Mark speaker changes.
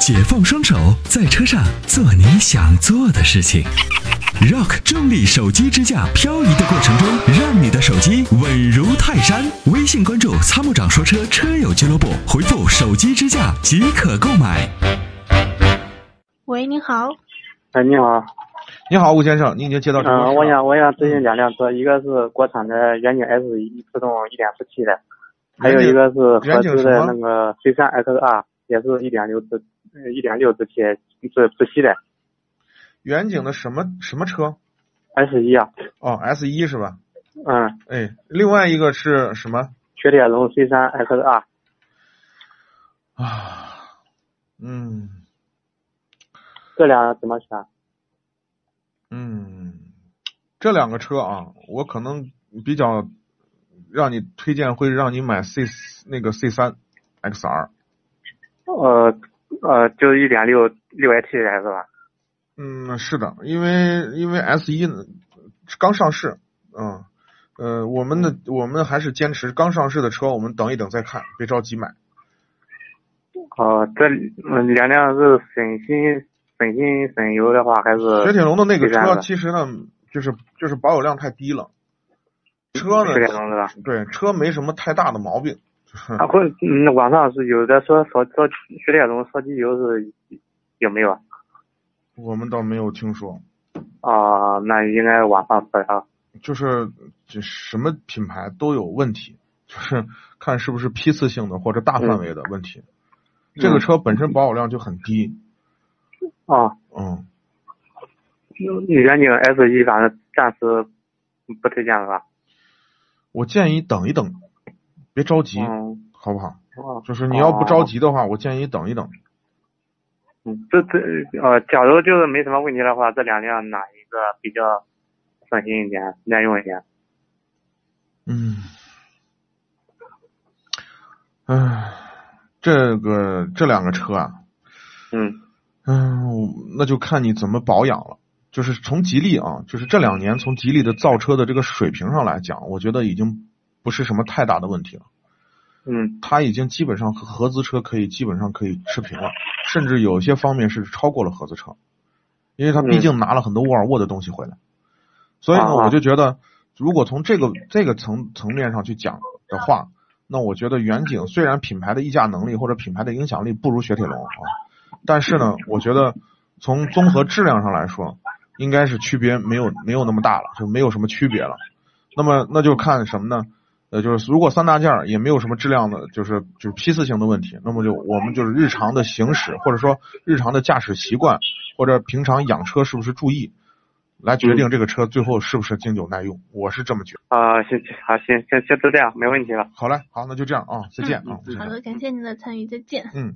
Speaker 1: 解放双手，在车上做你想做的事情。Rock 重力手机支架，漂移的过程中，让你的手机稳如泰山。微信关注“参谋长说车”车友俱乐部，回复“手机支架”即可购买。
Speaker 2: 喂，你好，
Speaker 3: 哎，你好，
Speaker 4: 你好，吴先生，您已经接到什么？
Speaker 3: 嗯，我想我想咨询两辆车，一个是国产的远景 S 一自动一点四 T 的，还有一个是合资的那个 C 三 XR，也是一点六自一点六自吸自自吸的
Speaker 4: 远景的什么什么车？
Speaker 3: S 一啊，
Speaker 4: 哦，S 一是吧？
Speaker 3: 嗯，
Speaker 4: 哎，另外一个是什么
Speaker 3: 雪铁龙 C 三 XR，
Speaker 4: 啊？嗯
Speaker 3: 这俩怎么选？
Speaker 4: 嗯，这两个车啊，我可能比较让你推荐，会让你买 C 那个 C 三 XR。
Speaker 3: 呃呃，就一点六六 AT 的是吧？
Speaker 4: 嗯，是的，因为因为 S 一刚上市，嗯呃，我们的我们还是坚持刚上市的车，我们等一等再看，别着急买。
Speaker 3: 哦、这嗯两辆是省心省心省油的话，还呃是
Speaker 4: 雪铁龙的那个
Speaker 3: 这样
Speaker 4: 车
Speaker 3: 的
Speaker 4: 其实呢，就是就是保有量太低了，车呢
Speaker 3: 雪铁龙是吧？
Speaker 4: 对车没什么太大的毛病，就是
Speaker 3: 啊，或者嗯，网上是有的说烧烧雪铁龙烧机油是有没有啊？
Speaker 4: 我们倒没有听说，
Speaker 3: 啊、那应该网上不啊。
Speaker 4: 就是这什么品牌都有问题，就是看是不是批次性的或者大
Speaker 3: 嗯
Speaker 4: 范围的问题。这个车本身保有量就很低，
Speaker 3: 啊，
Speaker 4: 嗯，
Speaker 3: 远景 S 一反正暂时不推荐是吧？
Speaker 4: 我建议等一等，别着急，
Speaker 3: 嗯，
Speaker 4: 好不好？
Speaker 3: 哦
Speaker 4: 就是你要不着急的话，我建议等一等。
Speaker 3: 嗯，这这呃，假如就是没什么问题的话，这两辆哪一个比较省心一点、耐用一点？
Speaker 4: 嗯，唉，这个这两个车啊，
Speaker 3: 嗯，
Speaker 4: 嗯，那就看你怎么保养了。就是从吉利啊，就是这两年从吉利的造车的这个水平上来讲，我觉得已经不是什么太大的问题了。
Speaker 3: 嗯，
Speaker 4: 它已经基本上和合资车可以基本上可以持平了，甚至有些方面是超过了合资车，因为它毕竟拿了很多沃尔沃的东西回来。所以呢，
Speaker 3: 啊
Speaker 4: 我就觉得，如果从这个这个层层面上去讲的话，那我觉得远景虽然品牌的溢价能力或者品牌的影响力不如雪铁龙啊，但是呢，我觉得从综合质量上来说，应该是区别没有没有那么大了，就没有什么区别了。那么那就看什么呢？呃，就是如果三大件儿也没有什么质量的，就是就是批次性的问题，那么就我们就是日常的行驶，或者说日常的驾驶习惯，或者平常养车是不是注意，来决定这个车最后是不是经久耐用。我是这么觉得。
Speaker 3: 啊、行，好，行，先先就这样，没问题了。
Speaker 4: 好嘞，好，那就这样啊，再见啊，
Speaker 3: 嗯
Speaker 4: 再
Speaker 2: 好
Speaker 4: 见。
Speaker 2: 的，感谢您的参与，再见。
Speaker 4: 嗯。